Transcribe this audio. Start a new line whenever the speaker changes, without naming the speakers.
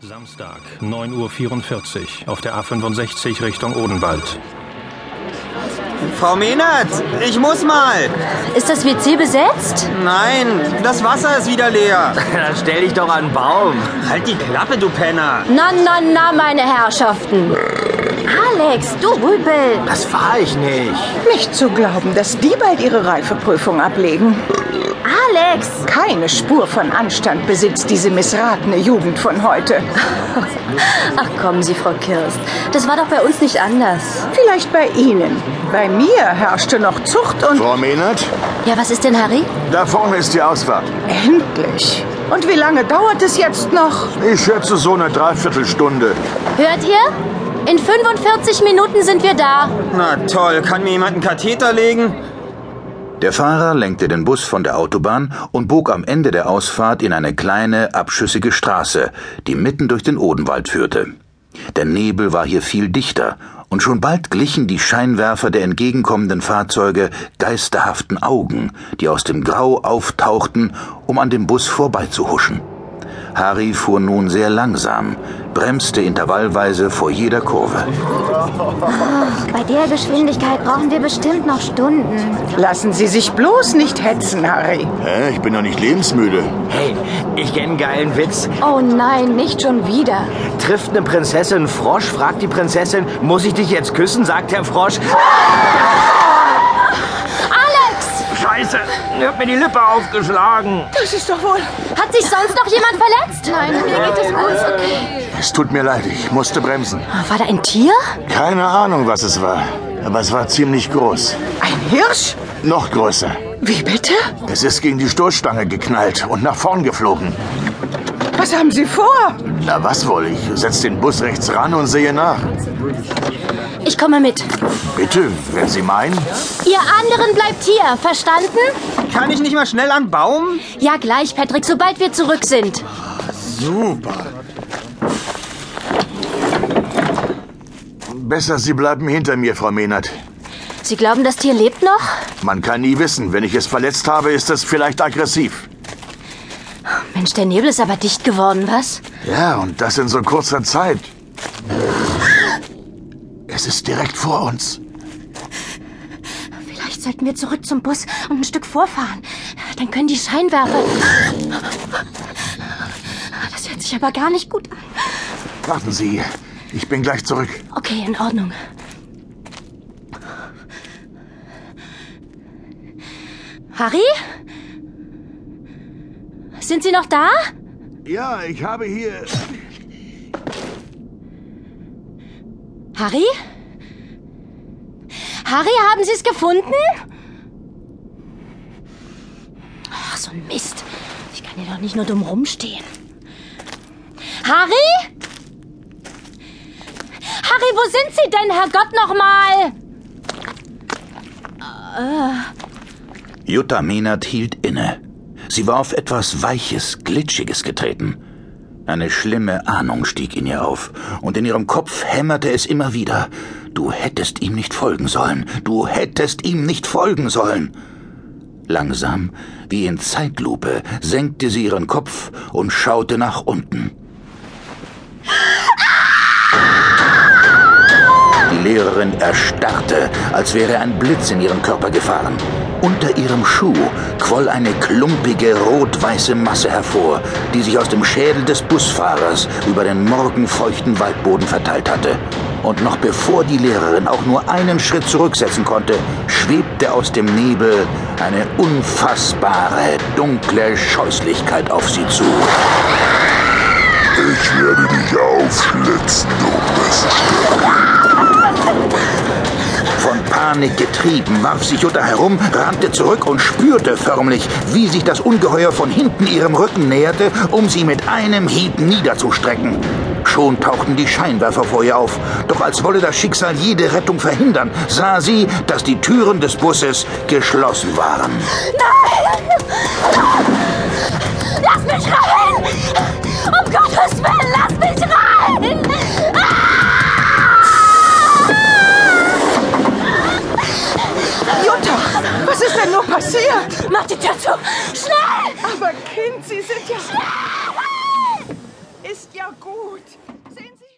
Samstag, 9.44 Uhr auf der A65 Richtung Odenwald.
Frau Mehnert, ich muss mal.
Ist das WC besetzt?
Nein, das Wasser ist wieder leer.
Dann stell dich doch an den Baum.
Halt die Klappe, du Penner.
Na, na, na, meine Herrschaften. Alex, du Rübel.
Das war ich nicht.
Nicht zu glauben, dass die bald ihre Reifeprüfung ablegen.
Alex!
Keine Spur von Anstand besitzt diese missratene Jugend von heute.
Ach, kommen Sie, Frau Kirst. Das war doch bei uns nicht anders.
Vielleicht bei Ihnen. Bei mir herrschte noch Zucht und
Frau Mehnert,
Ja, was ist denn, Harry?
da vorne ist die Ausfahrt.
endlich. Und wie lange dauert es jetzt noch?
Ich schätze so eine Dreiviertelstunde.
Hört ihr? In 45 Minuten sind wir da.
Na toll, kann mir jemand einen Katheter legen?
Der Fahrer lenkte den Bus von der Autobahn und bog am Ende der Ausfahrt in eine kleine, abschüssige Straße, die mitten durch den Odenwald führte. Der Nebel war hier viel dichter, und schon bald glichen die Scheinwerfer der entgegenkommenden Fahrzeuge geisterhaften Augen, die aus dem Grau auftauchten, um an dem Bus vorbeizuhuschen. Harry fuhr nun sehr langsam, bremste intervallweise vor jeder Kurve.
Bei der Geschwindigkeit brauchen wir bestimmt noch Stunden.
Lassen Sie sich bloß nicht hetzen, Harry.
Hä, ich bin doch nicht lebensmüde.
Hey, ich kenn einen geilen Witz.
Oh nein, nicht schon wieder.
Trifft eine Prinzessin einen Frosch, fragt die Prinzessin, muss ich dich jetzt küssen, sagt der Frosch.
Alex!
Scheiße, ich hab mir die Lippe aufgeschlagen.
Das ist doch wohl.
Hat sich sonst noch jemand verletzt? Nein, mir geht es gut. Ah,
Es tut mir leid, ich musste bremsen.
War da ein Tier?
Keine Ahnung, was es war, aber es war ziemlich groß.
Ein Hirsch?
Noch größer.
Wie bitte?
Es ist gegen die Stoßstange geknallt und nach vorn geflogen.
Was haben Sie vor?
Na, was wohl? Ich setz den Bus rechts ran und sehe nach.
Ich komme mit.
Bitte, wenn Sie meinen.
Ihr anderen bleibt hier, verstanden?
Kann ich nicht mal schnell an den Baum?
Ja, gleich, Patrick, sobald wir zurück sind.
Besser, Sie bleiben hinter mir, Frau Mehnert.
Sie glauben, das Tier lebt noch?
Man kann nie wissen. Wenn ich es verletzt habe, ist es vielleicht aggressiv.
Mensch, der Nebel ist aber dicht geworden, was?
Ja, und das in so kurzer Zeit. Es ist direkt vor uns.
Vielleicht sollten wir zurück zum Bus und ein Stück vorfahren. Dann können die Scheinwerfer. Das hört sich aber gar nicht gut an.
Warten Sie, ich bin gleich zurück.
Okay, in Ordnung. Harry? Sind Sie noch da?
Ja, ich habe hier.
Harry? Harry, haben Sie es gefunden? Ach, so ein Mist. Ich kann hier doch nicht nur dumm rumstehen. Harry? Harry, wo sind Sie denn, Herrgott, nochmal?
Jutta Mehnert hielt inne. Sie war auf etwas Weiches, Glitschiges getreten. Eine schlimme Ahnung stieg in ihr auf, und in ihrem Kopf hämmerte es immer wieder. Du hättest ihm nicht folgen sollen, du hättest ihm nicht folgen sollen. Langsam, wie in Zeitlupe, senkte sie ihren Kopf und schaute nach unten. Die Lehrerin erstarrte, als wäre ein Blitz in ihren Körper gefahren. Unter ihrem Schuh quoll eine klumpige rot-weiße Masse hervor, die sich aus dem Schädel des Busfahrers über den morgenfeuchten Waldboden verteilt hatte. Und noch bevor die Lehrerin auch nur einen Schritt zurücksetzen konnte, schwebte aus dem Nebel eine unfassbare, dunkle Scheußlichkeit auf sie zu.
Ich werde dich aufschlitzen, du Miststück.
Von Panik getrieben warf sich Jutta herum, rannte zurück und spürte förmlich, wie sich das Ungeheuer von hinten ihrem Rücken näherte, um sie mit einem Hieb niederzustrecken. Schon tauchten die Scheinwerfer vor ihr auf, doch als wolle das Schicksal jede Rettung verhindern, sah sie, dass die Türen des Busses geschlossen waren.
Lass mich rein! Um Gottes Willen, lass mich rein!
Jutta, was ist denn nur passiert?
Mach die Tür zu! Schnell!
Aber Kind, Sie sind ja. Ist ja gut.